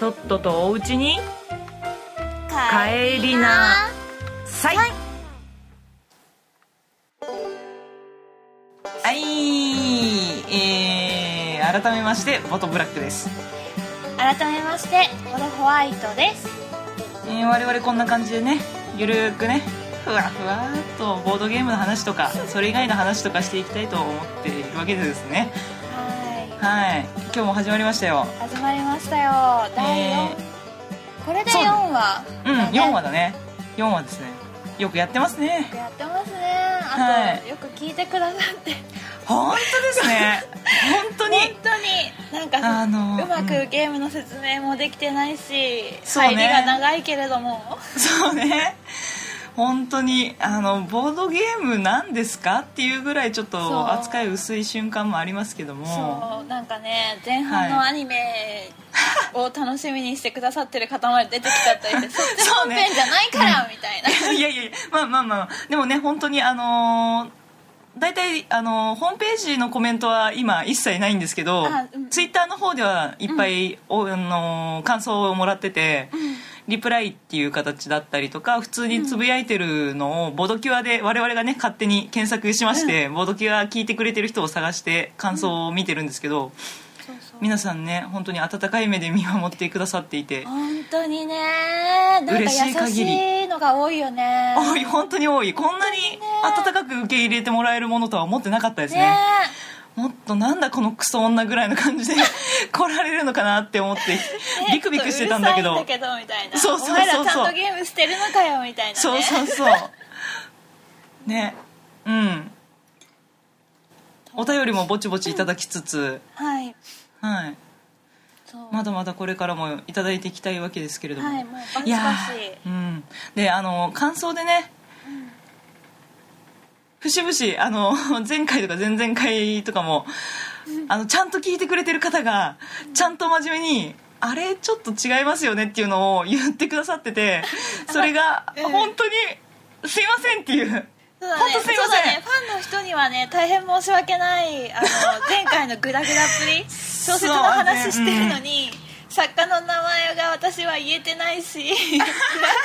とっととお家に帰りなさいはいはい、えー、改めましてボトブラックです、改めましてボドホワイトですえー我々こんな感じでねゆるーくねふわふわーっとボードゲームの話とかそれ以外の話とかしていきたいと思っているわけでですねははい今日も始まりましたよい始まりましたよ第4、えこれでそう4話うんだね4話だね4話ですねよくやってますねやってますねあと、はいよく聞いてくださって本当です ね本当に本当になんかあのうまうくゲームの説明もできてないし、そう入ねりが長いけれどもそうね本当にあのボードゲームなんですかっていうぐらいちょっそうと扱い薄い瞬間もありますけどもそうなんかね前半のはアニメを楽しみにしてくださってる方まで出てきちゃったりしてそっち そう本ね編じゃないから、みたいないやいやいやまあまあまあでもね本当にあのー大体、あのーホームページのコメントは今一切ないんですけど、あうんツイッターの方ではいっぱい、おあのー感想をもらってて、リプライっていう形だったりとか普通につぶやいてるのをボドキュアで我々がね勝手に検索しまして、ボドキュア聞いてくれてる人を探して感想を見てるんですけど、そうそう皆さんね本当に温かい目で見守ってくださっていて本当にねなんか優嬉しい限りしいのが多いよね多い本当に多いこんなに温かく受け入れてもらえるものとは思ってなかったですねもっとなんだこのクソ女ぐらいの感じで 来られるのかなって思ってえビクビクしてたんだけどうるさいんだけどみたいなそうそうそうそうお前らちゃんとゲームしてるのかよみたいな、ね、そうそうそうねうんお便りもぼちぼちいただきつつ、はいはい、そう、まだまだこれからもいただいていきたいわけですけれども、はいもうバシバシいやーうん、であの感想でね、節々あの前回とか前々回とかもあのちゃんと聞いてくれてる方がちゃんと真面目に「あれちょっと違いますよね」っていうのを言ってくださっててそれがうん本当に「すいません」っていう。そうだほんねとすいませんそうだねファンの人にはね大変申し訳ないあの前回のグダグダっぷ り小説の話してるのに、作家の名前が私は言えてないし ブラッ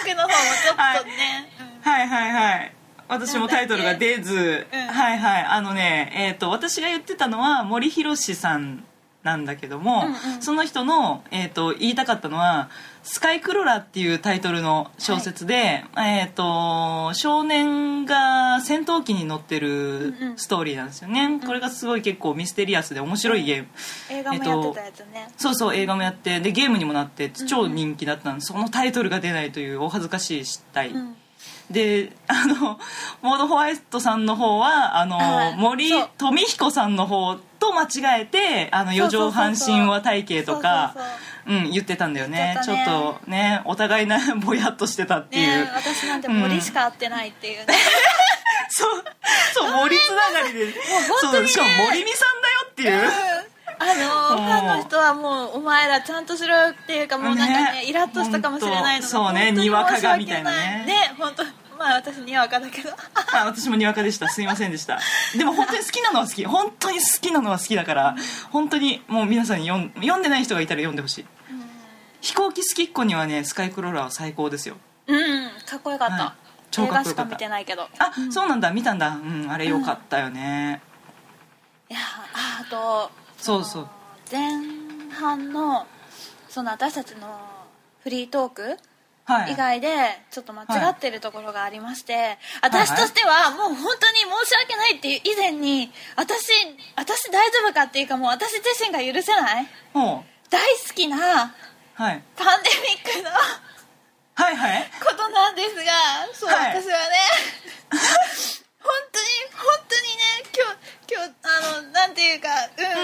クの方もちょっとね、はいはいはい私もタイトルが出ず、うんはいはいあのねえっ、と私が言ってたのは森博さんなんだけども、うんうんその人の、えー、と言いたかったのは「スカイクロラ」っていうタイトルの小説で、えっ、と少年が戦闘機に乗ってるうんうんストーリーなんですよね、これがすごい結構ミステリアスで面白いゲーム、うん映画もやってたやつね、そうそう映画もやってでゲームにもなって超人気だったんです、そのタイトルが出ないというお恥ずかしい失態、うんであのモードホワイトさんの方はあのはい森そう富彦さんの方と間違えてあそのう四そうそうそう畳半神話体系とかそうそううん言ってたんだよねちょ言っってたねとねお互いな ぼやっとしてたっていう、ね私なんて森しか会ってないっていうね、そうそう森つながりで本当にねそうしかも森美さんだよっていう。 あのもうファンの人はもうお前らちゃんとしろよっていうかもうなんかねねイラッとしたかもしれないのがほんとそうね本当にわかが申し訳みたいなねね本当まあ私にわかだけどあ私もにわかでしたすいませんでしたでも本当に好きなのは好き本当に好きなのは好きだから本当にもう皆さんに読ん読んでない人がいたら読んでほしい飛行機好きっ子にはねスカイクローラーは最高ですようんかっこよかった、はい超かっこよか映画しかった見てないけどあ、そうなんだ見たんだうんあれよかったよね、いやああとそうそう前半のその私たちのフリートークはい以外でちょっと間違ってるところがありまして、私としてはもう本当に申し訳ないっていう以前に私私大丈夫かっていうかもう私自身が許せないも大好きなうはいパンデミックのはいはいことなんですがそう、はい私はね 本当に本当にね今日今日あのなんていうか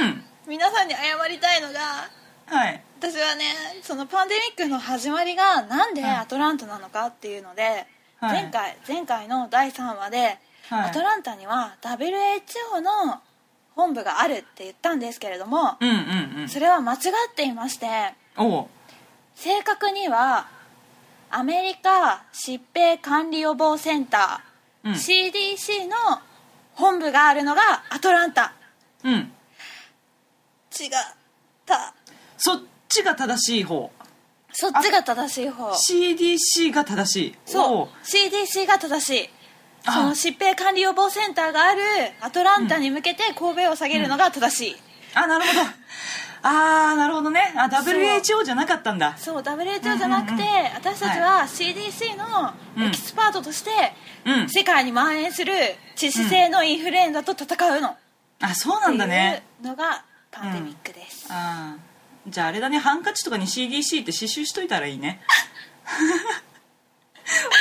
うん、うん皆さんに謝りたいのがはい私はねそのパンデミックの始まりがなんでアトランタなのかっていうので、はい前回前回の第3話で、はいアトランタには WHO の本部があるって言ったんですけれども、うんうんうんそれは間違っていましておう正確にはアメリカ疾病管理予防センター、うん CDC の本部があるのがアトランタうん違ったそっちが正しい方そっちが正しい方 CDC が正しいそおう CDC が正しいあその疾病管理予防センターがあるアトランタに向けて神戸を下げるのが正しい、あなるほどああなるほどねあ WHO じゃなかったんだそう WHO じゃなくて、うんうん私たちは CDC のエキスパートとして、うん世界に蔓延する致死性のインフルエンザと戦うの、あそうなんだねっていうのがパンデミックです、あーじゃああれだねハンカチとかに CDC って刺繍しといたらいいね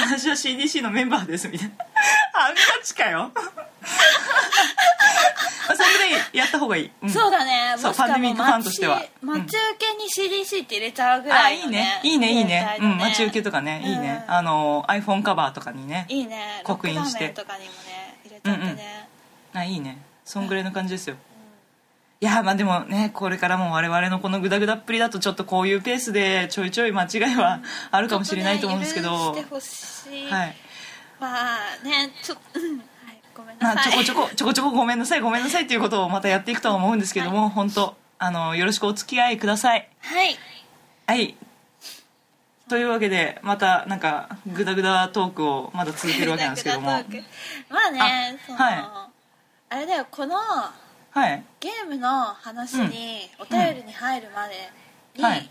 私は CDC のメンバーですみたいなハンカチかよ それぐらいやった方がいい、うんそうだねそうもしかパンデミックファンとしてはうん待ち受けに CDC って入れちゃうぐあらいいいの、ねね、いいねいいね、状態うだん、待ち受けとかねいいね、うんあの iPhone カバーとかにねいいね刻印してロック画面とかにもね入れちゃってね、うんうんあいいねそんぐらいの感じですよ、いやーまあでもねこれからも我々のこのグダグダっぷりだとちょっとこういうペースでちょいちょい間違いはあるかもしれないと思うんですけど、ちょっとね許してほしい、はい、まあねちょっと、うんはい、ごめんなまあ、さちいょこちょこちょこちょこごめんなさいごめんなさいっていうことをまたやっていくとは思うんですけども、本当あのよろしくお付き合いくださいはいはいというわけでまたなんかグダグダトークをまだ続けるわけなんですけどもグダグダトーク まあねあその、はあれだよこのはいゲームの話に、お便りに入るまでに、はい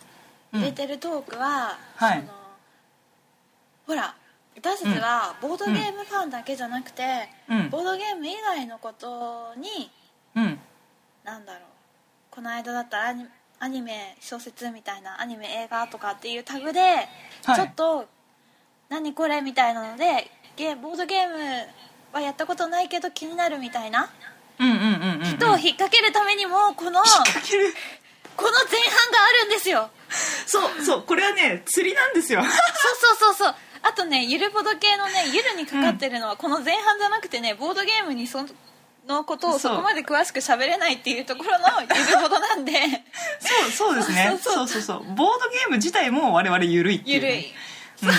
うん入れてるトークは、はいそのほら私たちはボードゲームファンだけじゃなくて、うんボードゲーム以外のことにうんなんだろうこの間だったらアニアニメ小説みたいなアニメ映画とかっていうタグで、はいちょっと「何これ?」みたいなのでゲーボードゲームはやったことないけど気になるみたいなうんうんうんうんうん人を引っ掛けるためにもこのこの前かける半があるんですよそうそうこれはね釣りなんですよそうそうそうそうあとねゆるボード系のねゆるにかかってるのはこの前半じゃなくてねボードゲームにそのことをそうそこまで詳しく喋れないっていうところのゆるボードなん でそうそうですねそそうそうそうボードゲーム自体も我々ゆるいっていゆうね、るい。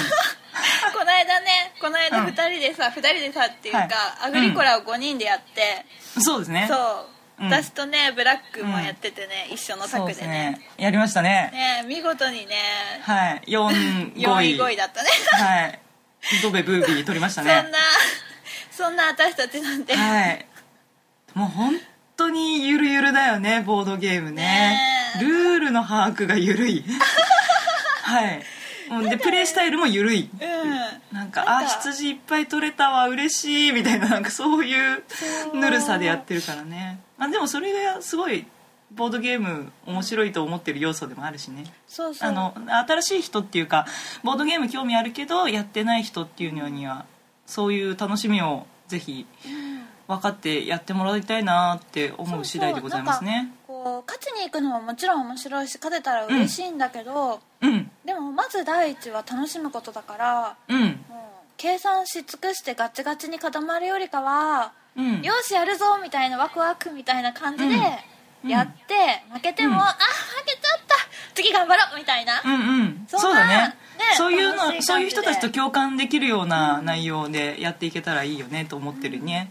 この間ねこの間2人でさ、二2人でさっていうか、はいアグリコラを5人でやって、うんそうですねそう、うん私とねブラックもやっててね、一緒のそう作でですねねやりましたねね見事にねはい4 4位5 5位位だったねはいドベブービー取りましたそんねなそんな私たちなんて、はいもう本当にゆるゆるだよねボードゲームねねえルールの把握がゆ るいはいもうでプレイスタイルもゆるいうんなんかなんかあ羊いっぱい取れたわ嬉しいみたいななんかそういうそうぬるさでやってるからねあでもそれがすごいボードゲーム面白いと思ってる要素でもあるしねそうそうあの新しい人っていうかボードゲーム興味あるけどやってない人っていうのにはそういう楽しみをぜひ分かってやってもらいたいなって思う次第でございますねそうそうなんかこう勝ちに行くのももちろん面白いし勝てたら嬉しいんだけど、うんでもまず第一は楽しむことだからうんもう計算し尽くしてガチガチに固まるよりかは、うんよしやるぞみたいなワクワクみたいな感じでうんやって、負けても、うんあ負けちゃった次頑張ろうみたいな、うんうんそんなそうだねねそういう楽しい感じのでそういう人たちと共感できるような内容でやっていけたらいいよねと思ってるね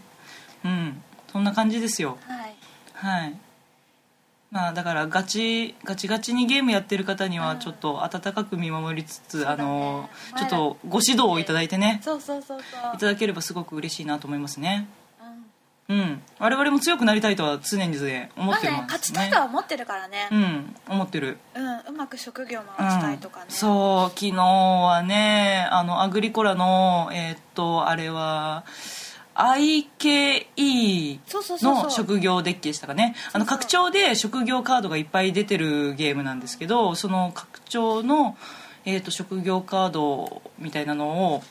うんそんな感じですよはいはいまあだからガチガチガチにゲームやってる方にはうんちょっと温かく見守りつつ、そうだあねのちょ前っとご指導をいただいてねそうそうそうそういただければすごく嬉しいなと思いますねうんうん我々も強くなりたいとは常に思まっあてねるもんで勝すちねたいとは思ってるからね、うん思ってるうんうまく職業回したいとかね、うんそう昨日はねあのアグリコラのえーっとあれは IKE そうそうそうそうの職業デッキでしたかねあのそうそう拡張で職業カードがいっぱい出てるゲームなんですけどその拡張の、えーっと職業カードみたいなのを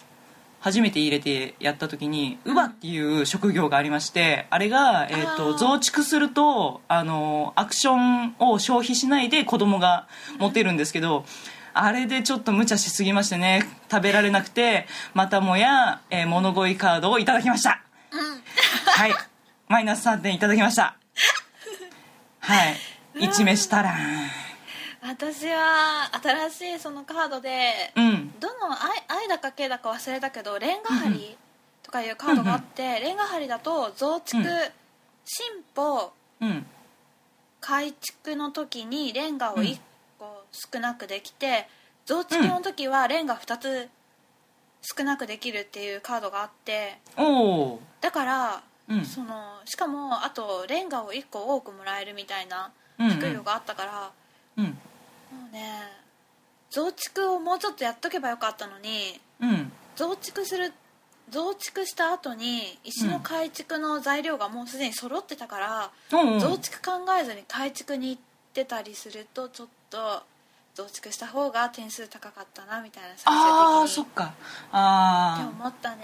初めて入れてやった時に乳母っていう職業がありましてあれが、えー、あとー増築するとあのアクションを消費しないで子供が持てるんですけど、あれでちょっと無茶しすぎましてね食べられなくてまたもや、えー物乞いカードをいただきましたはいマイナス3点いただきましたはい一目したら私は新しいそのカードで、うんどの愛愛だか K だか忘れたけどレンガ張りとかいうカードがあって、レンガ張りだと増築、うん進歩うん改築の時にレンガを1個少なくできて、増築の時はレンガ2つ少なくできるっていうカードがあっておおだから、うんそのしかもあとレンガを1個多くもらえるみたいなうんうん低いのがあったから、うんもうね増築をもうちょっとやっとけばよかったのにうん増築する増築した後に石の改築の材料がもうすでに揃ってたから、うんうん増築考えずに改築に行ってたりするとちょっと増築した方が点数高かったなみたいな最ああ終そっ的にかってああ思ったね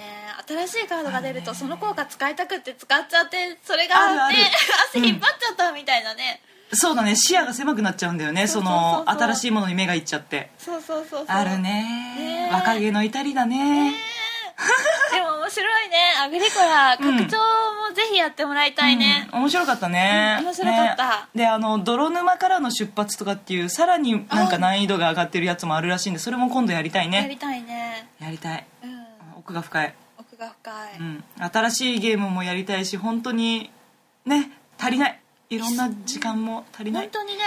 新しいカードが出るとその効果使いたくって使っちゃってそれがあるあるね う足ん引っ張っちゃったみたいなね、そうだね視野が狭くなっちゃうんだよねそそうそうそうそうの新しいものに目がいっちゃってそうそうそうそうあるねねえ若気の至りだね でも面白いねアグリコラうん拡張もぜひやってもらいたいね、うん面白かったね、うん面白かったねであの泥沼からの出発とかっていうさらになんか難易度が上がってるやつもあるらしいんでそれも今度やりたいやねりたいねやりたいうん奥が深い、奥が深い、うん、新しいゲームもやりたいし本当にね足りないいろんな時間も足りない本当にね、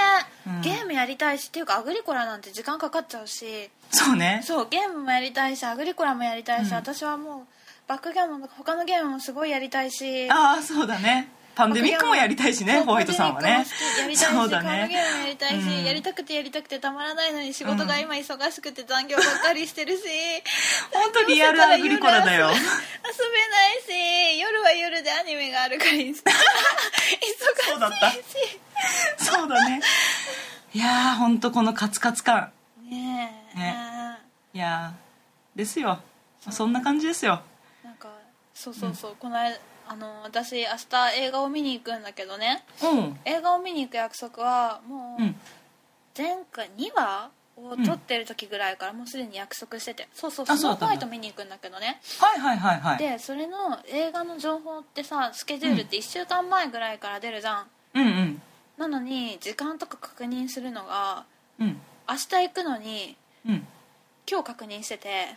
うんゲームやりたいしっていうかアグリコラなんて時間かかっちゃうしそうねそうゲームもやりたいしアグリコラもやりたいし、うん私はもうバックギャーモンとか他のゲームもすごいやりたいしああそうだねパンデミックもやりたいしねそうホワイトさんはねパンデミックもそ好うきやりたいし、他のだゲねームやりたいし、うんやりたくてやりたくてたまらないのに仕事が今忙しくて残業ばっかりしてるし、本当リアルアグリコラだよ遊べないし夜は夜でアニメがあるから忙しいし そうだったそうだねいやー本当このカツカツ感ねえねいやーですよそんな感じですよなんかそうそうそう、この間あの私明日映画を見に行くんだけどねうん映画を見に行く約束はもううん前回2話を撮ってる時ぐらいからもうすでに約束してて、そうそうあスノーホワイトそうだったんだ見に行くんだけどねはいはいはいはいでそれの映画の情報ってさスケジュールって1週間前ぐらいから出るじゃんうんうんなのに時間とか確認するのがうん明日行くのにうん今日確認してて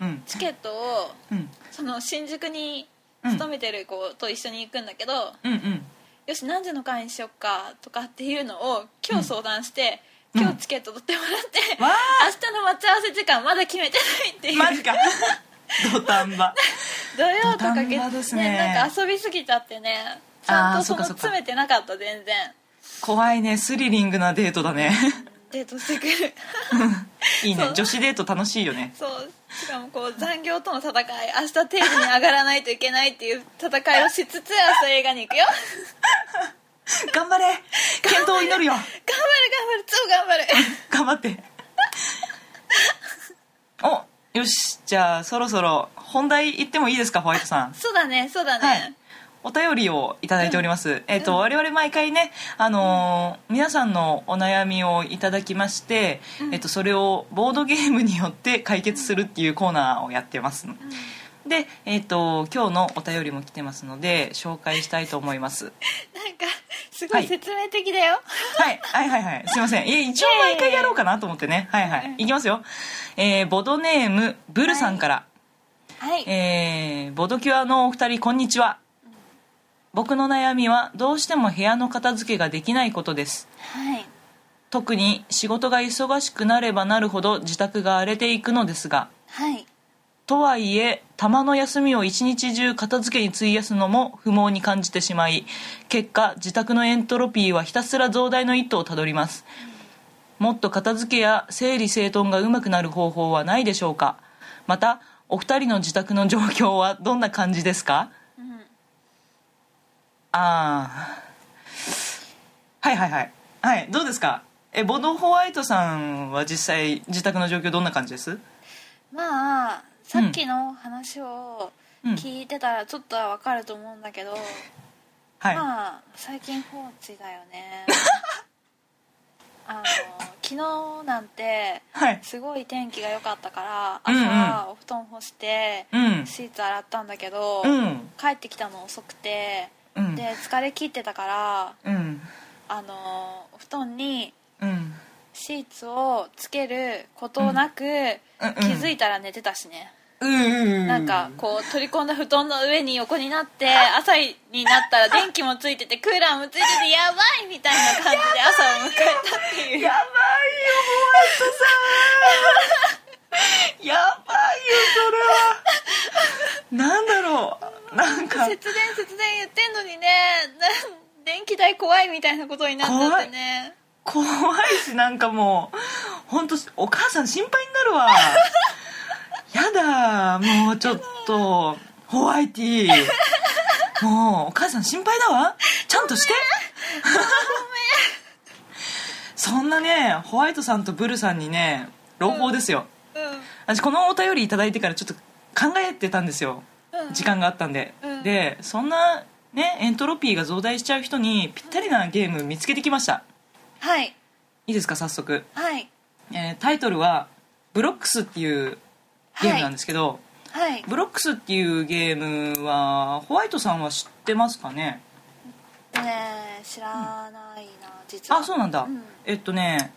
うんチケットをうんその新宿に勤めてる子と一緒に行くんだけど、うんうんよし何時の会にしよっかとかっていうのを今日相談して、うん今日チケット取ってもらって、わ明日の待ち合わせ時間まだ決めてないっていーうマジか土壇場土曜とか土壇場です月、ねなんか遊びすぎちゃってねちゃんあーとそのそっかそっか詰めてなかった全然怖いねスリリングなデートだねデートしてくる いいそねう女子デート楽しいよねそうしかもこう残業との戦い明日定時に上がらないといけないっていう戦いをしつつ明日映画に行くよ 頑張れ健闘を祈るよ頑張る頑張る超頑張る 頑張って およしじゃあそろそろ本題行ってもいいですかホワイトさんそうだねそうだね、はいお便りをいただいております、えっ、と、我々毎回ね、あのー皆さんのお悩みをいただきまして、えっと、それをボードゲームによって解決するっていうコーナーをやってます、で、えっと、今日のお便りも来てますので紹介したいと思いますなんかすごい説明的だよ、はい、はいはいはいすいませんいえ一応毎回やろうかなと思ってねはいはいいきますよ、えーボドネームブルさんから、はいえーボドキュアのお二人こんにちは僕の悩みはどうしても部屋の片付けができないことですはい特に仕事が忙しくなればなるほど自宅が荒れていくのですがはいとはいえたまの休みを一日中片付けに費やすのも不毛に感じてしまい結果自宅のエントロピーはひたすら増大の一途をたどりますもっと片付けや整理整頓がうまくなる方法はないでしょうかまたお二人の自宅の状況はどんな感じですか、ああはいはいはいはいどうですかえボドホワイトさんは実際自宅の状況どんな感じですまあさっきの話をうん聞いてたらちょっとはわかると思うんだけど、はい、まあ最近放置だよ ねあの昨日なんてはいすごい天気が良かったからうんうん朝お布団干してうんシーツ洗ったんだけど、うん帰ってきたの遅くてうんで疲れ切ってたからうんあのお布団にうんシーツをつけることなく、気づいたら寝てたしね、うんなんかこう取り込んだ布団の上に横にな って朝になったら電気もついててクーラーもついててやばいみたいな感じで朝を迎えたっていうやばいよホワイトさんやばいよそれはなんだろうなんか 節電節電言ってんのにねなん電気代怖いみたいなことになっちゃってね怖いしなんかもう本当お母さん心配に なるわやだもうちょっとホワイティもうお母さん心配だわちゃんとしてそんなねホワイトさんとブルさんにね朗報ですよ、私このお便りいただいてからちょっと考えてたんですようんうん時間があったんで、うんでそんなねエントロピーが増大しちゃう人にぴったりなゲーム見つけてきましたはいいいですか早速、はいえータイトルは「ブロックス」っていうゲームなんですけど、はいブロックスっていうゲームはホワイトさんは知ってますかねねえ知らないな実はあそうなんだ、うんえっとね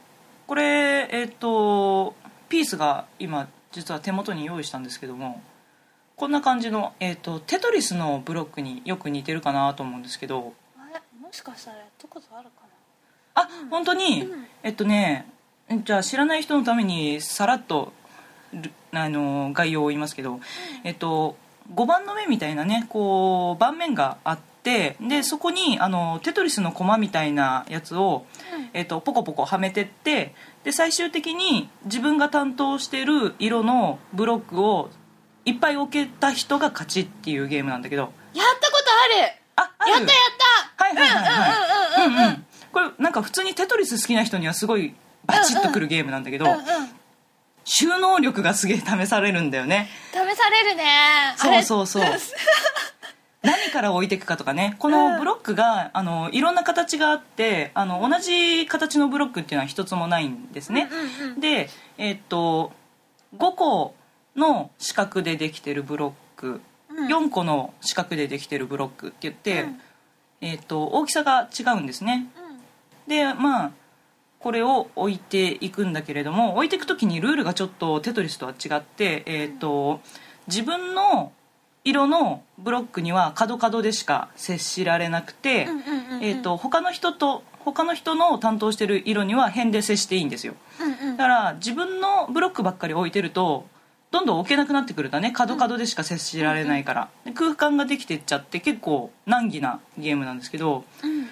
これえっとピースが今実は手元に用意したんですけどもこんな感じの、えっと、テトリスのブロックによく似てるかなと思うんですけどあれもしかしたらやったことあるかあ本当に、うんえっとねじゃあ知らない人のためにさらっとるあの概要を言いますけど、えっと5番の目みたいなねこう盤面があってでそこにあのテトリスの駒みたいなやつをな、うんえっとポコポコはめてってで最終的に自分が担当してる色のブロックをいっぱい置けた人が勝ちっていうゲームなんだけどやったことあるああるやったやったはいはいはいはいうんうんうんうんうんこれなんか普通にテトリス好きな人にはすごいバチッとくるゲームなんだけど、うんうん収納力がすげえ試されるんだよね試されるねあそうれそうそう何から置いていくかとかねこのブロックが、あのいろんな形があってあの同じ形のブロックっていうのは一つもないんですね、うんうんうんでえっと5個の四角でできてるブロック、うん4個の四角でできてるブロックって言って、うんえっと大きさが違うんですねうんでまあこれを置いていくんだけれども置いていく時にルールがちょっとテトリスとは違って、えっと自分の色のブロックには角角でしか接しられなくて、うんうんうんうんえっと他の人と他の人の担当してる色には辺で接していいんですよ。うんうんだから自分のブロックばっかり置いてるとどんどん置けなくなってくるんだね角角でしか接しられないから、で空間ができてっちゃって結構難儀なゲームなんですけどうん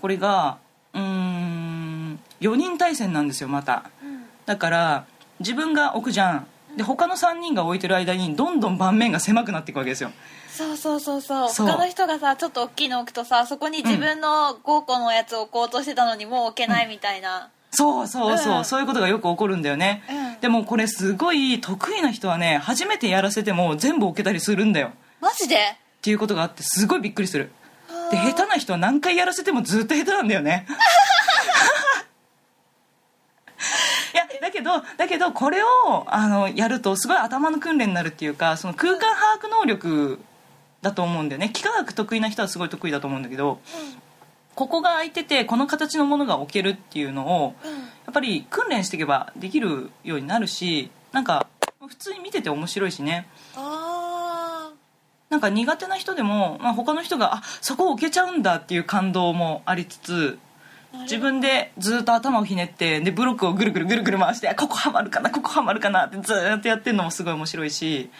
これがうーん4人対戦なんですよまたうんだから自分が置くじゃんで他の3人が置いてる間にどんどん盤面が狭くなっていくわけですよそうそうそうそうそう他の人がさちょっと大きいの置くとさそこに自分の5個のやつを置こうとしてたのにもう置けないみたいなそうそうそう、うんそういうことがよく起こるんだよね、うんでもこれすごい得意な人はね初めてやらせても全部置けたりするんだよマジでっていうことがあってすごいびっくりするであー下手な人は何回やらせてもずっと下手なんだよねいやだけどだけどこれをあのやるとすごい頭の訓練になるっていうかその空間把握能力だと思うんだよね幾何学得意な人はすごい得意だと思うんだけどここが空いててこの形のものが置けるっていうのをうんうんやっぱり訓練していけばできるようになるしなんか普通に見てて面白いしねあなんか苦手な人でも、まあ、他の人があそこ置けちゃうんだっていう感動もありつつーなる自分でずっと頭をひねってでブロックをぐるぐるぐるぐる回してあここはまるかなここはまるかなってずーっとやってるのもすごい面白いし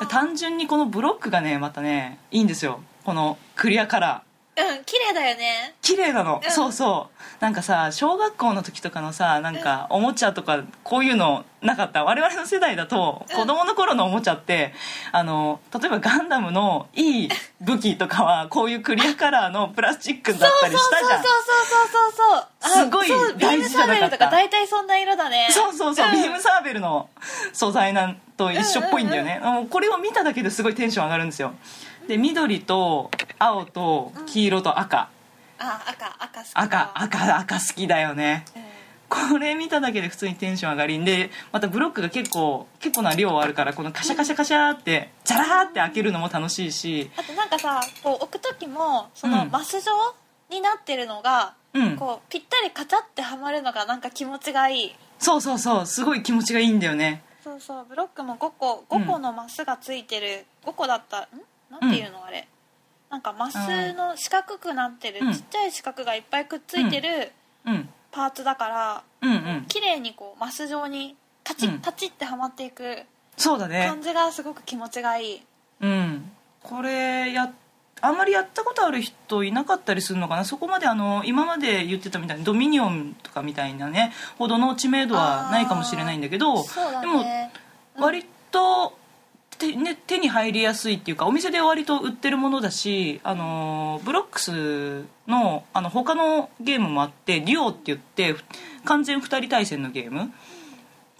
あー単純にこのブロックがねまたねいいんですよこのクリアカラーうん綺麗だよね綺麗なの、うんそうそうなんかさ小学校の時とかのさなんかおもちゃとかこういうのなかった我々の世代だとうん子供の頃のおもちゃってあの例えばガンダムのいい武器とかはこういうクリアカラーのプラスチックだったりしたじゃんそうそうそうそうそうそうそうあすごいそうビーム大サ事サゃーなベかルっとかた大体そんな色だねそうそうそう、んビームサーベルの素材なんと一緒っぽいんだよね、もうこれを見ただけですごいテンション上がるんですよで緑と青と黄色と赤、あ赤赤好きだ赤赤赤好きだよねうんこれ見ただけで普通にテンション上がりんでまたブロックが結構結構な量あるからこのカシャカシャカシャってジャラーって開けるのも楽しいしあとなんかさこう置く時もそのうんマス状になってるのが、うんこうぴったりカチャってはまるのがなんか気持ちがいいそうそうそうすごい気持ちがいいんだよねそうそうブロックも5個5個のマスがついてる、5個だったんなんていうの、あれなんかマスの四角くなってる、うんちっちゃい四角がいっぱいくっついてるうんパーツだから、うんうん綺麗にこうマス状にカチうッんカチッってはまっていくそうだね感じがすごく気持ちがいい、うんこれやあんまりやったことある人いなかったりするのかなそこまであの今まで言ってたみたいにドミニオンとかみたいなねほどの知名度はないかもしれないんだけどそうだでもねうん割と手,、ね、手に入りやすいっていうかお店で割と売ってるものだしあのブロックスのあの他のゲームもあってデュオって言って完全2人対戦のゲーム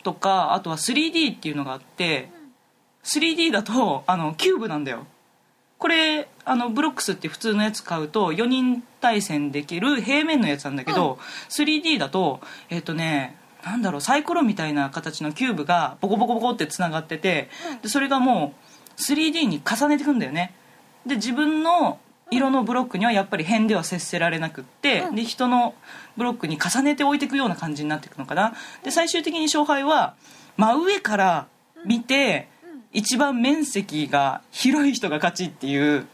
とかあとは 3D っていうのがあってうん 3D だとあのキューブなんだよこれあのブロックスって普通のやつ買うと4人対戦できる平面のやつなんだけど、3D だとえっ、とねなんだろうサイコロみたいな形のキューブがボコボコボコってつながっててうんでそれがもう 3D に重ねていくんだよねで自分の色のブロックにはやっぱり辺では接せられなくって、うんで人のブロックに重ねて置いていくような感じになっていくのかなで最終的に勝敗は真上から見て、うん一番面積が広い人が勝ちっていう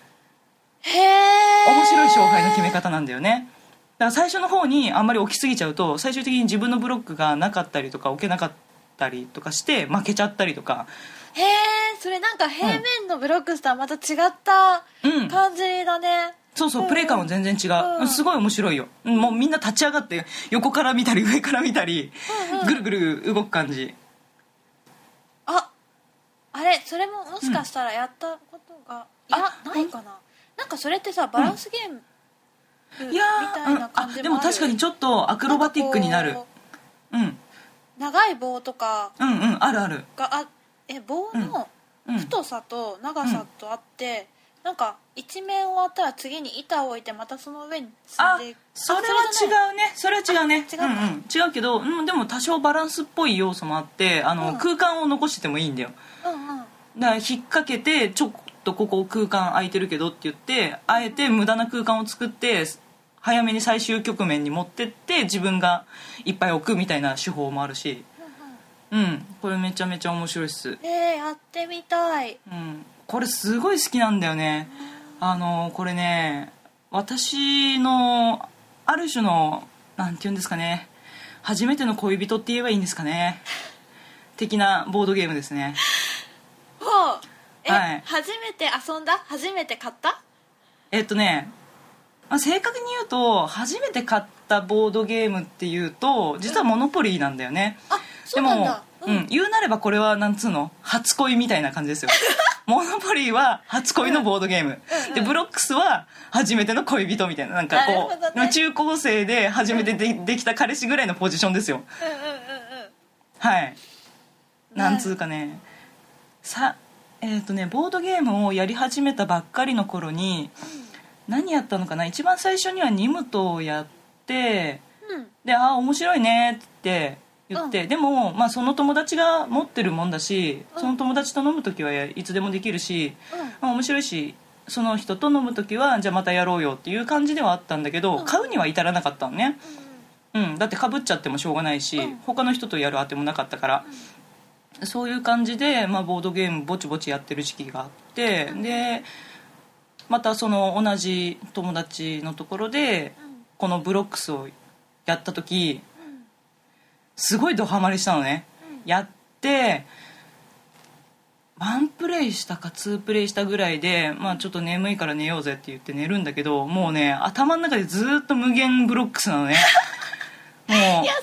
へえ面白い勝敗の決め方なんだよねだから最初の方にあんまり置きすぎちゃうと最終的に自分のブロックがなかったりとか置けなかったりとかして負けちゃったりとかへえそれなんか平面のブロックスとはまた違ったうん感じだね、そうそううんプレイ感は全然違う、うんすごい面白いようんもうみんな立ち上がって横から見たり 上から見たりうんうんぐるぐる動く感じああれそれももしかしたらやったことが、いやあないかななんかそれってさバランスゲーム、いやみたーいうなん感あじでももある確かにちょっとアクロバティックになるんかこうんうんう長い棒とかうんあるあるがあえ棒のうん太さと長さとあって、なんか一面終わったら次に板を置いてまたその上に進んあでいくそれはあじゃないう違うねそれは違うねあ違うのうんうん、違うけど、うん、でも多少バランスっぽい要素もあってあの、うん空間を残しててもいいんだようんうんだから引っ掛けてちょっとここ空間空いてるけどって言ってあえて無駄な空間を作って早めに最終局面に持ってって自分がいっぱい置くみたいな手法もあるしうんこれめちゃめちゃ面白いっす、えー、やってみたいうん、これすごい好きなんだよねあのこれね私のある種のなんて言うんですかね初めての恋人って言えばいいんですかね的なボードゲームですねほうえ、はい初めて遊んだ初めて買ったえっとね、まあ、正確に言うと初めて買ったボードゲームっていうと実はモノポリーなんだよね、あそうなんだでも、うん言うなればこれはなんつうの初恋みたいな感じ ですよモノポリーは初恋のボードゲーム、うんでブロックスは初めての恋人みたいななんかこなるほう、どね中高生で初めてで,、できた彼氏ぐらいのポジションですようんうんうんうんはいなんつうかねさえっ、とねボードゲームをやり始めたばっかりの頃に何やったのかな一番最初にはニムトをやってうんで「ああ面白いね」って言って、でも、まあ、その友達が持ってるもんだしうんその友達と飲む時はいつでもできるし、うんまあ、面白いしその人と飲む時はじゃあまたやろうよっていう感じではあったんだけど、うん買うには至らなかったのね、うん、だってかぶっちゃってもしょうがないし、うん他の人とやるあてもなかったから、そういう感じで、まあ、ボードゲームぼちぼちやってる時期があって、でまたその同じ友達のところでうこのブロックスをやった時んうんすごいドハマりしたのね、うやって1プレイしたか2プレイしたぐらいで、まあ、ちょっと眠いから寝ようぜって言って寝るんだけどもうね 頭の中でずっと無限ブロックスなのねもう休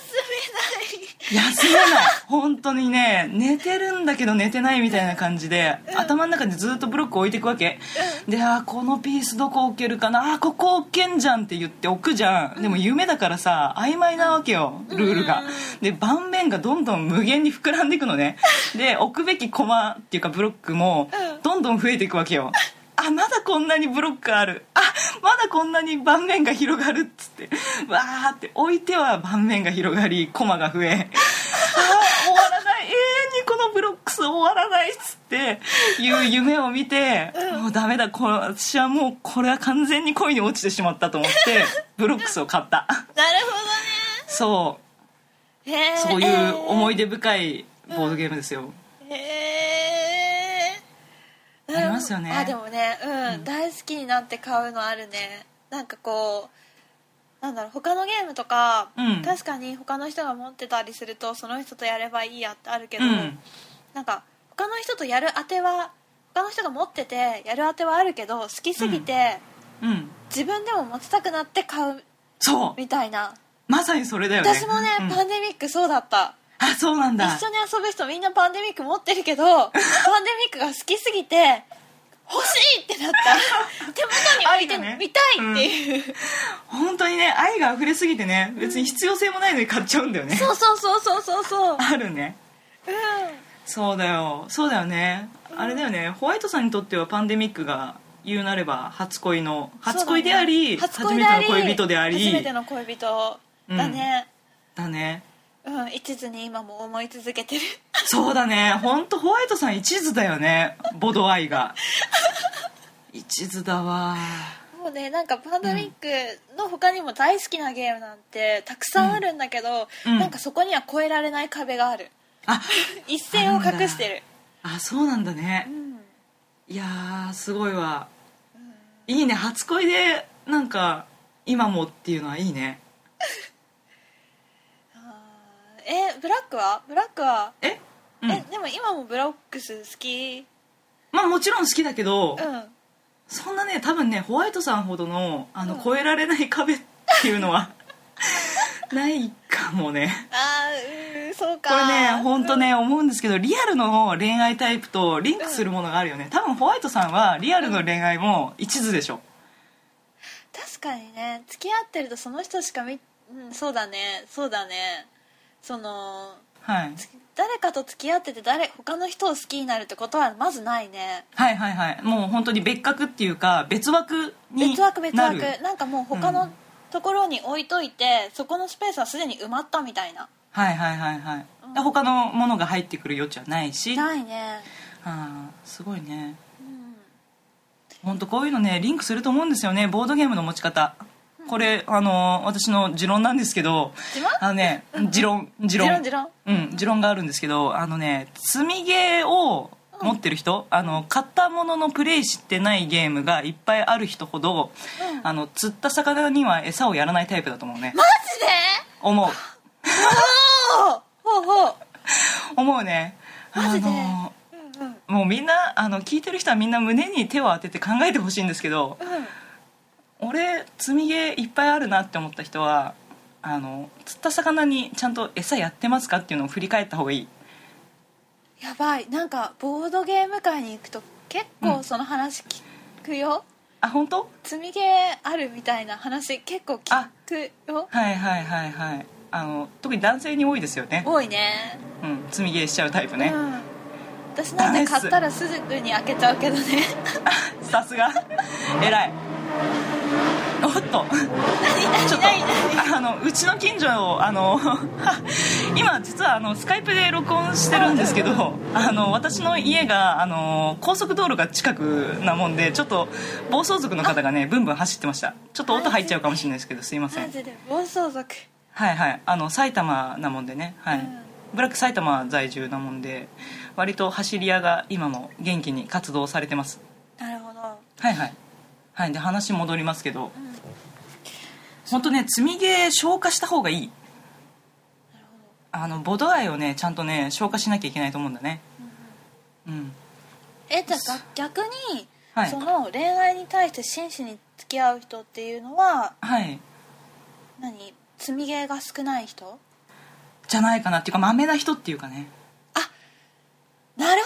休めない本当にね寝てるんだけど寝てないみたいな感じで、頭の中でずっとブロック置いていくわけ、であーこのピースどこ置けるかなあーここ置けんじゃんって言って置くじゃん、でも夢だからさ曖昧なわけよルールが、で盤面がどんどん無限に膨らんでいくのねで置くべきコマっていうかブロックもうんどんどん増えていくわけよあまだこんなにブロックあるあまだこんなに盤面が広がるっつってわーって置いては盤面が広がりコマが増えあー終わらない永遠にこのブロックス終わらないっつっていう夢を見て、もうダメだこれ私はもうこれは完全に恋に落ちてしまったと思ってブロックスを買ったなるほそうどねへーそういう思い出深いボードゲームですよ、へえありますよねあでもねうん、大好きになって買うのあるねなんかこうなんだろう他のゲームとか、うん確かに他の人が持ってたりするとその人とやればいいやってあるけうど、ん、なんか他の人とやるあては他の人が持っててやるあてはあるけど好きすぎて、うん自分でも持ちたくなって買うそうみたいなまさにそれだよね私もね、うんパンデミックそうだったあそうなんだ一緒に遊ぶ人みんなパンデミック持ってるけ どパンデミックが好きすぎて欲しいってなった 手元に置いて愛がね見たいっていう、本当にね愛が溢れすぎてね別に必要性もないのに買っちゃうんだよね、そうそうそうそうそうそううんあるねそうだよそうだよね、あれだよねホワイトさんにとってはパンデミックが言うなれば初恋の 初恋であり、そう初だね初恋めでありての恋人であ初めりての恋人だねだねうん、一途に今も思い続けてるそうだね本当ホワイトさん一途だよねボド 愛が一途だわもうねなんかパンデミックの他にも大好きなゲームなんてたくさんあるんだけど、うんなんかそこには越えられない壁があるあ一線を隠してるあそうなんだねうんいやーすごいわいいね初恋でなんか今もっていうのはいいねあーえブラックはブラックは、えうんえでも今もブロックス好きまあもちろん好きだけうど、んそんなね多分ねホワイトさんほどのあの、うん超えられない壁っていうのは ないかもねあーうーそうかこれね本当ね思うんですけどリアルの恋愛タイプとリンクするものがあるよね多分ホワイトさんはリアルの恋愛も一途でしょ、確かにね付き合ってるとその人しか見、うん、そうだねそうだねそのはい、誰かと付き合ってて誰他の人を好きになるってことはまずないねはいはいはいもう本当に別格っていうか別枠になる別枠別枠なんかもう他のところに置いといて、そこのスペースはすでに埋まったみたいなはいはいはいはい、うんで他のものが入ってくる余地はないしあないねあーすごいねうん本当こういうのねリンクすると思うんですよねボードゲームの持ち方これあのー私の持論なんですけど自慢あのね持論持論ジロンジロンうん持論があるんですけどあのね積みゲーを持ってる人、あの買ったもののプレイしてないゲームがいっぱいある人ほど、うんあの釣った魚には餌をやらないタイプだと思うねマジで思うおーほうほう思うねマジであのーうんうんもうみんなあの聞いてる人はみんな胸に手を当てて考えてほしいんですけどうん俺積み毛いっぱいあるなって思った人はあの釣った魚にちゃんと餌やってますかっていうのを振り返った方がいいやばいなんかボードゲーム会に行くと結構その話聞くよ、あ本当積みゲーあるみたいな話結構聞くよはいはいはいはいあの特に男性に多いですよね、多いねうん、積み毛しちゃうタイプねう、ん、私なんて買ったらすぐに開けちゃうけど ねさすが偉いおっと何ちょっ何と何何あのうちの近所をあの 今実はあのスカイプで録音してるんですけどあの私の家があの高速道路が近くなもんでちょっと暴走族の方がねブンブン走ってましたちょっと音入っちゃうかもしれないですけどすいませマんジで暴走族はいはいあの埼玉なもんでねはい、うんブラック埼玉在住なもんで割と走り屋が今も元気に活動されてますなるほど、はいはいはいで話戻りますけどうん、なる本当ね積み毛消化した方がいいほどあのボド愛をねちゃんとね消化しなきゃいけないと思うんだねうんえじゃあ逆に、はいその恋愛に対して真摯に付き合う人っていうのははい何積みゲーが少ない人じゃないかなっていうかまめな人っていうかねなる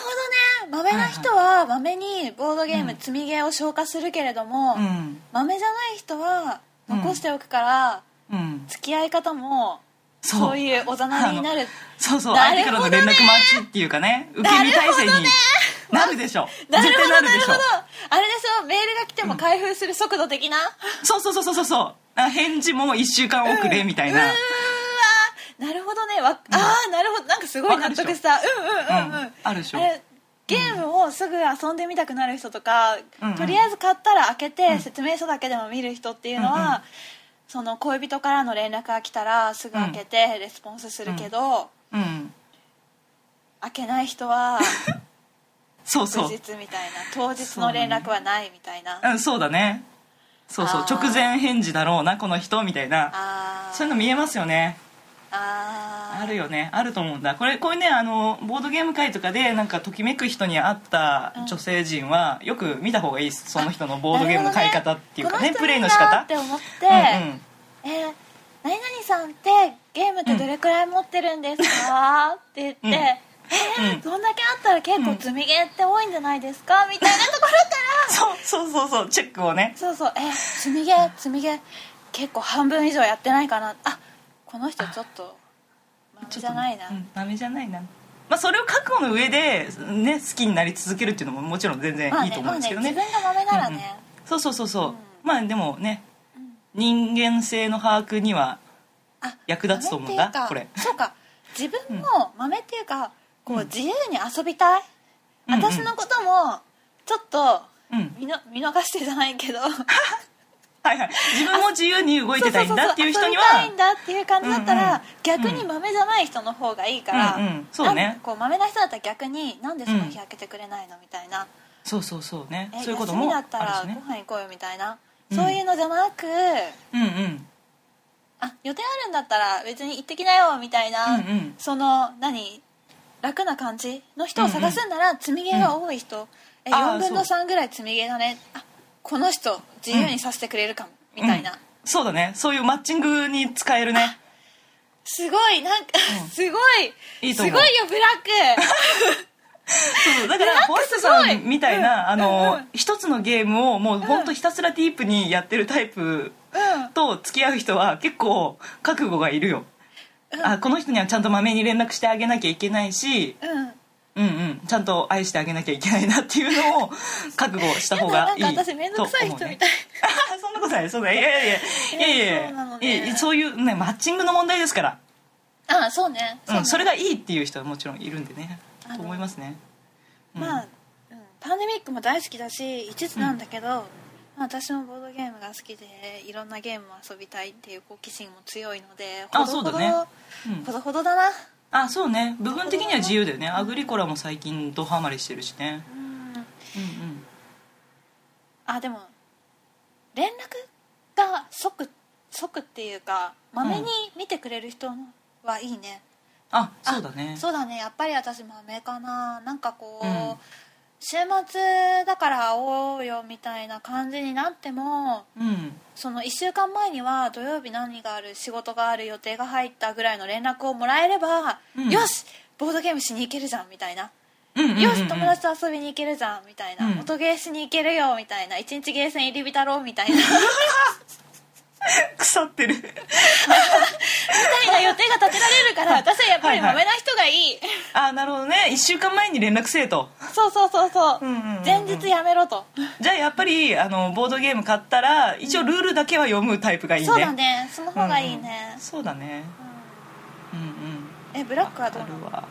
ほどね豆な人は豆にボードゲームうん積みゲーを消化するけれども、うん豆じゃない人は残しておくから、うん付き合い方もそうそういうおざなりに なるそうそう、な相る手ほからどのね連絡待ちっていうかね受け身体制になるでしょなる絶ほ対どななるるでしほょどあれでしょメールが来ても開封する速度的な、そうそうそうそうそうそう返事も1週間遅れみたいな、うーわなるほどねわあーなるほどなんかすごい納得したうんうんうんうん、うんあるでしょあれゲームをすぐ遊んでみたくなる人とか、うんうんとりあえず買ったら開けて説明書だけでも見る人っていうのは、うんうんその恋人からの連絡が来たらすぐ開けてレスポンスするけど、うん開けない人はそう そ翌う日みたいな当日の連絡はないみたいな、うん、そうだねそうそうあー直前返事だろうなこの人みたいなあーそういうの見えますよねあーあるよねあると思うんだこれこういうねあのボードゲーム会とかでなんかときめく人に会った女性陣は、よく見た方がいいですその人のボードゲームの買い方っていうかなねるほどプレイの仕方この人いいなって思って、うんうんえー何々さんってゲームってどれくらい持ってるんですか?」って言って「うんえーうんどんだけあったら結構積みゲーって多いんじゃないですか?」みたいなところからそうそうそうそうチェックをねそうそう「えー積みゲー積みゲー結構半分以上やってないかな」あこの人ちょっとマメちょっとじゃないな、うん、ダメじゃないなまあそれを覚悟の上で、ね、好きになり続けるっていうのももちろん全然まあいいねと思うんですけどね,、まあね自分がマメならね、そうそうそうそう、うんまあでもね人間性の把握にはあ役立つと思うんだ豆っていうかこそうか自分も豆っていうかこう自由に遊びたい、うんうん私のこともちょっとうん見の見逃してじゃないけどはいはい自分も自由に動いてたいんだっていう人にはそうそうそう遊びたいんだっていう感じだったら、うんうん逆に豆じゃない人の方がいいから、うんうんそうねなんかこう豆な人だったら逆になんでその日開けてくれないのみたいな、そうそうそうねえそういうこと休みもだあったらるしごね飯行こうよみたいな、うんそういうのじゃなくうんうんあ予定あるんだったら別に行ってきなよみたいな、うんうんその何楽な感じの人を探すんなら積み毛が多い人、えあー4分の3ぐらい積み毛だねあこの人自由にさせてくれるかも、みたいな、うんそうだねそういうマッチングに使えるねすごいなんか、うんすごいいいすとごい思うよブラそうそうだからホワイトさんみたいな、うんあの、うんうん一つのゲームをもう本当ひたすらディープにやってるタイプックうんと付き合う人は結構覚悟がいるよ、うんあこの人にはちゃんとまめに連絡してあげなきゃいけないしうんうんうんちゃんと愛してあげなきゃいけないなっていうのを覚悟した方がいいやだなんか私面倒くさい人みたいあそんなことないそんないやいやいやいやいやそうなのいやねいやそういうねマッチングの問題ですからああそうねそ,、ううん、それがいいっていう人はもちろんいるんでねあのと思いますね、うんまあ、うんパンデミックも大好きだし一途なんだけど、まあ私もボードゲームが好きでいろんなゲームを遊びたいっていう好奇心も強いのであほどほどそうだねうんほどほどだなあそうね部分的には自由だよねアグリコラも最近ドハマりしてるしねうんうんうんあでも連絡が即即っていうかまめに見てくれる人はいいね、あそうだねそうだねやっぱり私まめかななんかこう、うん週末だから会おうよみたいな感じになってもうんその1週間前には土曜日何がある仕事がある予定が入ったぐらいの連絡をもらえれば、うんよしボードゲームしに行けるじゃんみたいな、うんうんうんうんよし友達と遊びに行けるじゃんみたいな、うん音ゲーしに行けるよみたいな一日ゲーセン入り浸ろうみた いなみ腐ってるたいな予定が立てられるから私はやっぱりはいはマいメな人がいいあなるほどね1週間前に連絡せえとそうそうそうそう,、うんうんうんうん前日やめろとじゃあやっぱりあのボードゲーム買ったら一応ルールだけは読むタイプがいいねそうだねその方がいいねうん、そうだねうんうんうんえブラックはどうあなるのわ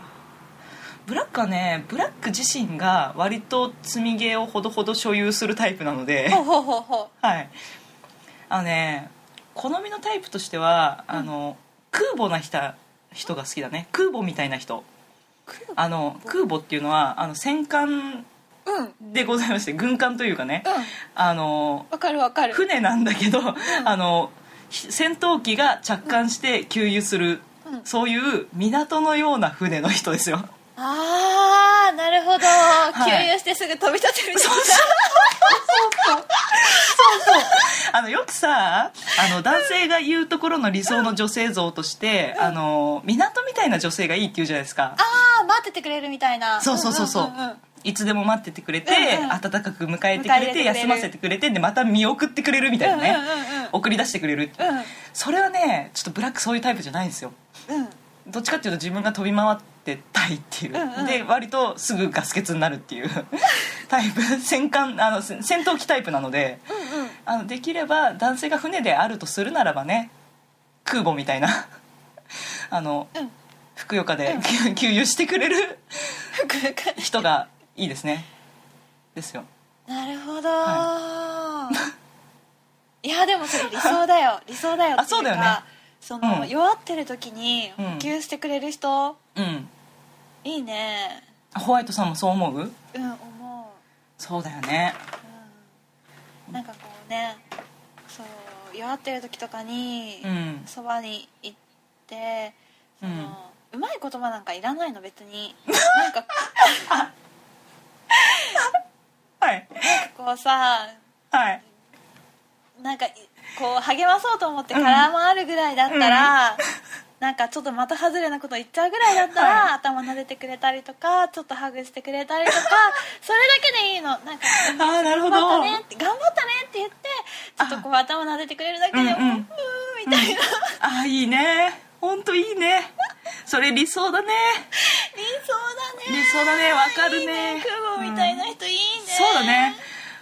ブラックはねブラック自身が割と積みゲーをほどほど所有するタイプなのでほうほうほうほ はいあのね好みのタイプとしてはあの、空母な人人が好きだね空母みたいな人うあの空母っていうのはあの戦艦うんうんでございまして軍艦というかね、あのわかるわ かる船なんだけど、あのひ戦闘機が着艦して給油する、うんそういう港のような船の人ですよ あーなるほど、い給油してすぐ飛び立てるみたいなあのよくさあの男性が言うところの理想の女性像として、あの港みたいな女性がいいって言うじゃないですかああ待っててくれるみたいなそうそうそうそう,、んんんんいつでも待っててくれて、うんうん温かく迎えて迎え入れてくれてくれる休ませてくれてでまた見送ってくれるみたいなね、うんうんうん送り出してくれる、うそれはねちょっとブラックそういうタイプじゃないんですよんうんどっちかっていうと自分が飛び回ってたいっていう、うんうんで割とすぐガス欠になるっていう タイプ戦艦あの戦戦闘機タイプなのでうんうんあのできれば男性が船であるとするならばね空母みたいな あのうんふくよかで給油してくれるふくふく人がいいですねですよなるほど、い、やでもそれ理想だ よ理想だよっていうかあそうだよねその、うん弱ってる時にうん補給してくれる人、うんいいねホワイトさんもそう思ううん思そうだよねう、うん、なんかこうねそう弱ってる時とかにうんそば、に行ってその、うまい言葉なんかいらないの別になんかはいこうさ はいなんかいこう励まそうと思って空回るぐらいだったら、なんかちょっと的外れなこと言っちゃうぐらいだったら、はい頭撫でてくれたりとかちょっとハグしてくれたりとかそれだけでいいのなんかあーなるほ頑ど張ったねって頑張ったねって言ってちょっとこう頭撫でてくれるだけでもううんうーんんみたいな、あーいいね本当いいねそれ理想だね理想だね理想だねわかいるねいね空母みたいな人いいね、そうだね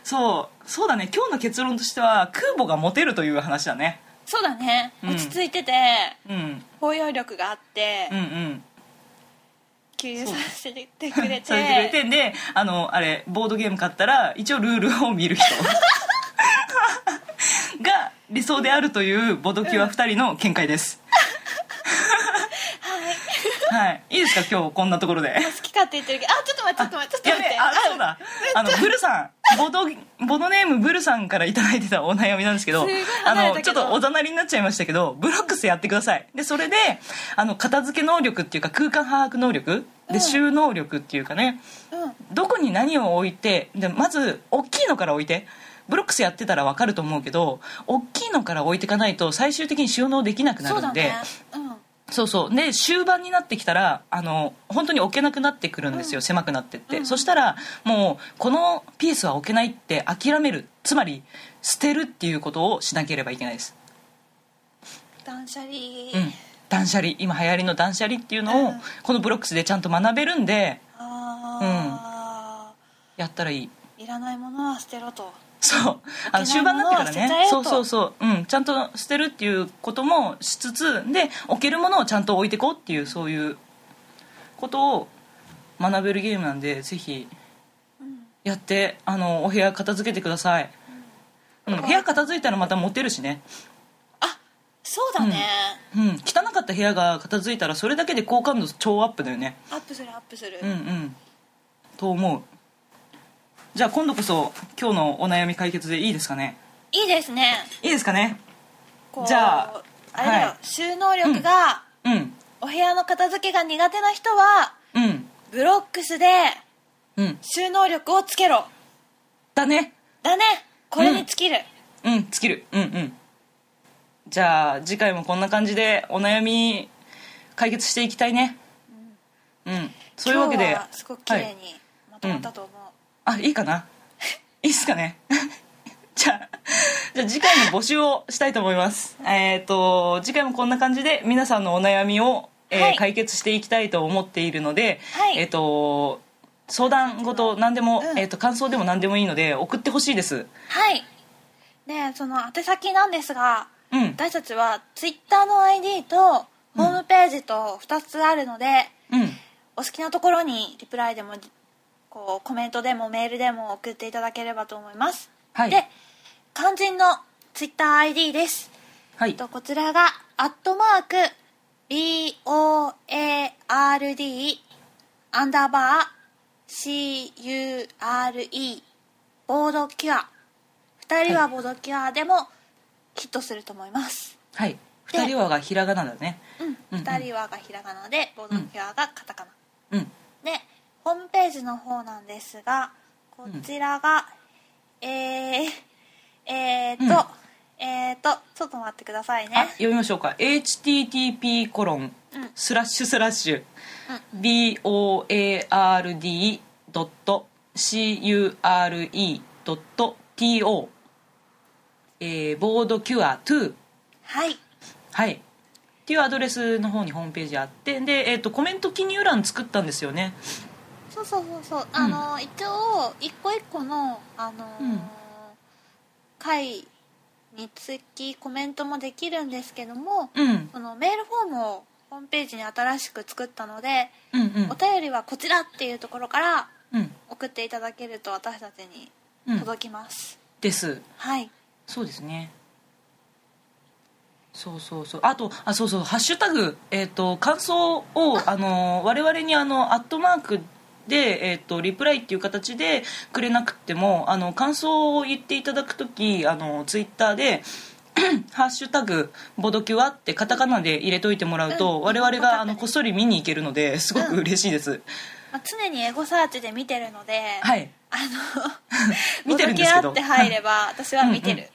そうそうだね今日の結論としては空母がモテるという話だね、そうだねうん落ち着いてて、うん、包容力があって、うんうん給油させてくれて されてくれてであのあれボードゲーム買ったら一応ルールを見 る人が理想であるというボドキュア2人の見解です、はい、はい、いいですか今日こんなところで好きかって言ってるけどあちょっと待ってちょっと待ってちょやっとべ待ってあそうだあのブルさんボドボドネームブルさんから頂いただいてたお悩みなんですけどすごいあ離れのたちけょっどとおざなりになっちゃいましたけどブロックスやってくださいでそれであの片付け能力っていうか空間把握能力うでん収納力っていうかね、うんどこに何を置いてでまず大きいのから置いてブロックスやってたら分かると思うけど大きいのから置いていかないと最終的に収納できなくなそうるだんでねうんそうそうで終盤になってきたらあの本当に置けなくなってくるんですよ、狭くなってって、うんそしたらもうこのピースは置けないって諦めるつまり捨てるっていうことをしなければいけないです、断捨離うん、断捨離今流行りの断捨離っていうのを、うんこのブロックスでちゃんと学べるんでああやったらいいいらないものは捨てろとそうあの置け終ない盤にものなっては捨てちゃからえねよそうとそうそう、うん、ちゃんと捨てるっていうこともしつつで置けるものをちゃんと置いてこうっていうそういうことを学べるゲームなんでぜひうんやってあのお部屋片付けてください、うん、部屋片付いたらまたモテるしね、あそうだねうん、汚かった部屋が片付いたらそれだけで好感度超アップだよねアップするアップするうんうんと思うじゃあ今度こそ今日のお悩み解決でいいですかねいいですねいいですかねこうじゃああれだよは収納力がうんお部屋の片付けが苦手な人はうんブロックスでうん収納力をつけろだねだねこれに尽きるうん尽きるうんうんじゃあ次回もこんな感じでお悩み解決していきたいねうんそういうわけで今日はすごく綺は麗いにまとまったと思うあいいかな いいっすかね じゃあじゃあ次回の募集をしたいと思いますえっ、と次回もこんな感じで皆さんのお悩みを、えーはい解決していきたいと思っているので、はいえっ、と相談事何でも、うんえー、と感想でも何でもいいので送ってほしいですはいでその宛先なんですがうん私たちはツイッターの ID とホームページと2つあるので、うんお好きなところにリプライでもこうコメントでもメールでも送っていただければと思います、はいで肝心のツイッター ID です、はえいっと、こちらが「アットマーク BOARD アンダーバー CURE ボードキュア」2人はボードキュアでもヒットすると思います、はい二人はがひらがなだねうんうん2人はがひらがなでボードキュアがカタカナ、うんでホームページの方なんですがこちらが、えー、えー、と、えー、とちょっと待ってくださいあね読みましょうか http コロンうんスラッシュスラッシュ board.cure.to えーボードキュア2はいはいっていうアドレスの方にホームページあってで、えー、とコメント記入欄作ったんですよねそうそうそうそうあの、一応一個一個のあのーうん回につきコメントもできるんですけども、うんうんこのメールフォームをホームページに新しく作ったので、うんお便りはこちらっていうところからうん送っていただけると私たちにうん届きます、ですはいそうですねそうそうそうあとあそうそう「ハッシュタグ、えー、と感想をあの我々にあのアットマークで、えー、とリプライっていう形でくれなくてもあの感想を言っていただく時あのツイッターで 「ハッシュタグボドキュア」ってカタカナで入れといてもらうと、うん我々わかったがあのこっそり見に行けるのですごく嬉しいです、まあ、常にエゴサーチで見てるので、はいあの 見てるんですけどボドキャーって入れば私は見てる、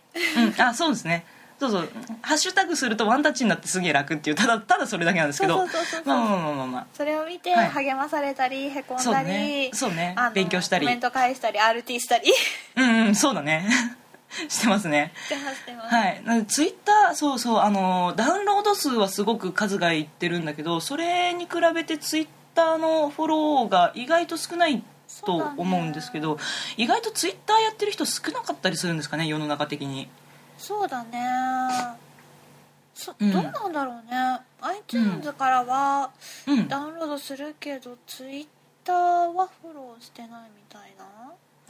うん、あそうですねそうそうハッシュタグするとワンタッチになってすげえ楽っていうただただそれだけなんですけそどうそうそうそうそうまあまあまあまあまそれを見てはい励まされたり、へこんあそうだだり、ねそうねあの勉強したりコメント返したり RT したり しうんうんそうだね してますねてますしてます、はいなのでツイッターそうそうあのダウンロード数はすごく数がいってるんだけどそれに比べてツイッターのフォローが意外と少ないと思うんですけど、意外とツイッターやってる人少なかったりするんですかね世の中的にそうだねそ、うんどうなんだろうね iTunes からはうんダウンロードするけど、Twitter はフォローしてないみたいな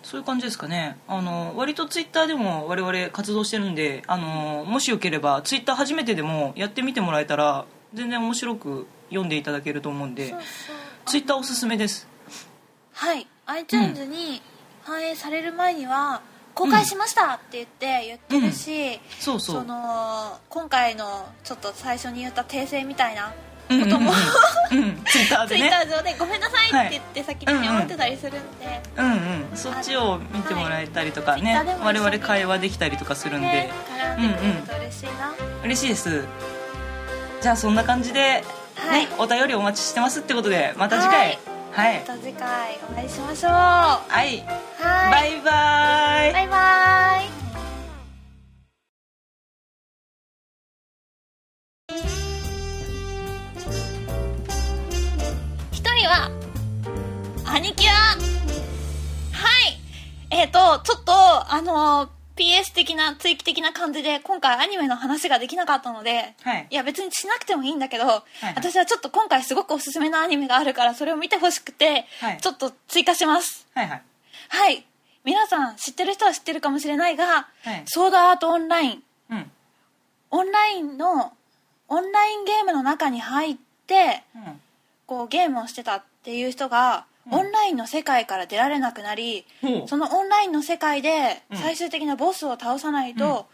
そういう感じですかねあの割とツイッターでも我々活動してるんであのもしよければツイッター初めてでもやってみてもらえたら全然面白く読んでいただけると思うんでそうそうツイッターおすすめですはい iTunes に反映される前には公開しましたって言って言ってるし、そうそうその今回のちょっと最初に言った訂正みたいなうんうんうん、こともうん、ツイッターツでイッタねー上で「ごめんなさい」って言って先に思ってたりするんで、うんうんそっちを見てもらえたりとかね、はいツイッター我でも々会話できたりとかするんで、ね絡んでくれると嬉しいな、嬉しいですじゃあそんな感じで、はいね、お便りお待ちしてますってことでまた次回はい、はいまた次回お会いしましょうはバいイバイバイバイ一人は兄貴ははいえっ、とちょっとあの PS 的な追記的な感じで今回アニメの話ができなかったのではいいや別にしなくてもいいんだけど、はい私はちょっと今回すごくおすすめのアニメがあるからそれを見てほしくて、はいちょっと追加しますはいはいはい皆さん知ってる人は知ってるかもしれないが「はいソードアートオンライン」うんオンラインのオンラインゲームの中に入ってうんこうゲームをしてたっていう人が、うんオンラインの世界から出られなくなり、ほうそのオンラインの世界でうん最終的なボスを倒さないと、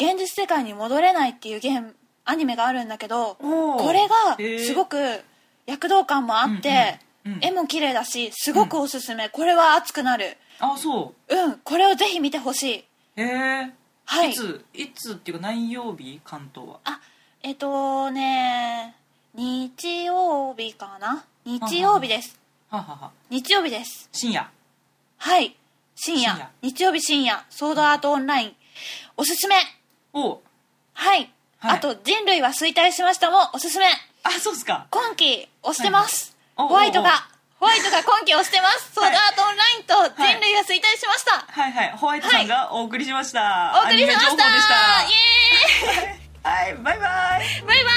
現実世界に戻れないっていうゲームアニメがあるんだけどおーこれへーがすごく躍動感もあって、うんうんうん絵も綺麗だしすごくおすすめ、これは熱くなるあそうんこれをぜひ見てほしい、うへえ、、はいついつっていうか何曜日関東はあえっ、とね日曜日かな日曜日ですははは日曜日です深夜はい深夜深夜日曜日深夜ソードアートオンラインおすすめおうはい、はいあと「人類は衰退しました」もおすすめあそうっすか今期押してます、はいはいおホワイトおがホワイトが今期押して ますソードアートオンラインと「はい人類は衰退しました」はいはいホワイトさんがお送りしました、お送りしましたアニメ情報でしイたエはいバイバイーイバイバイ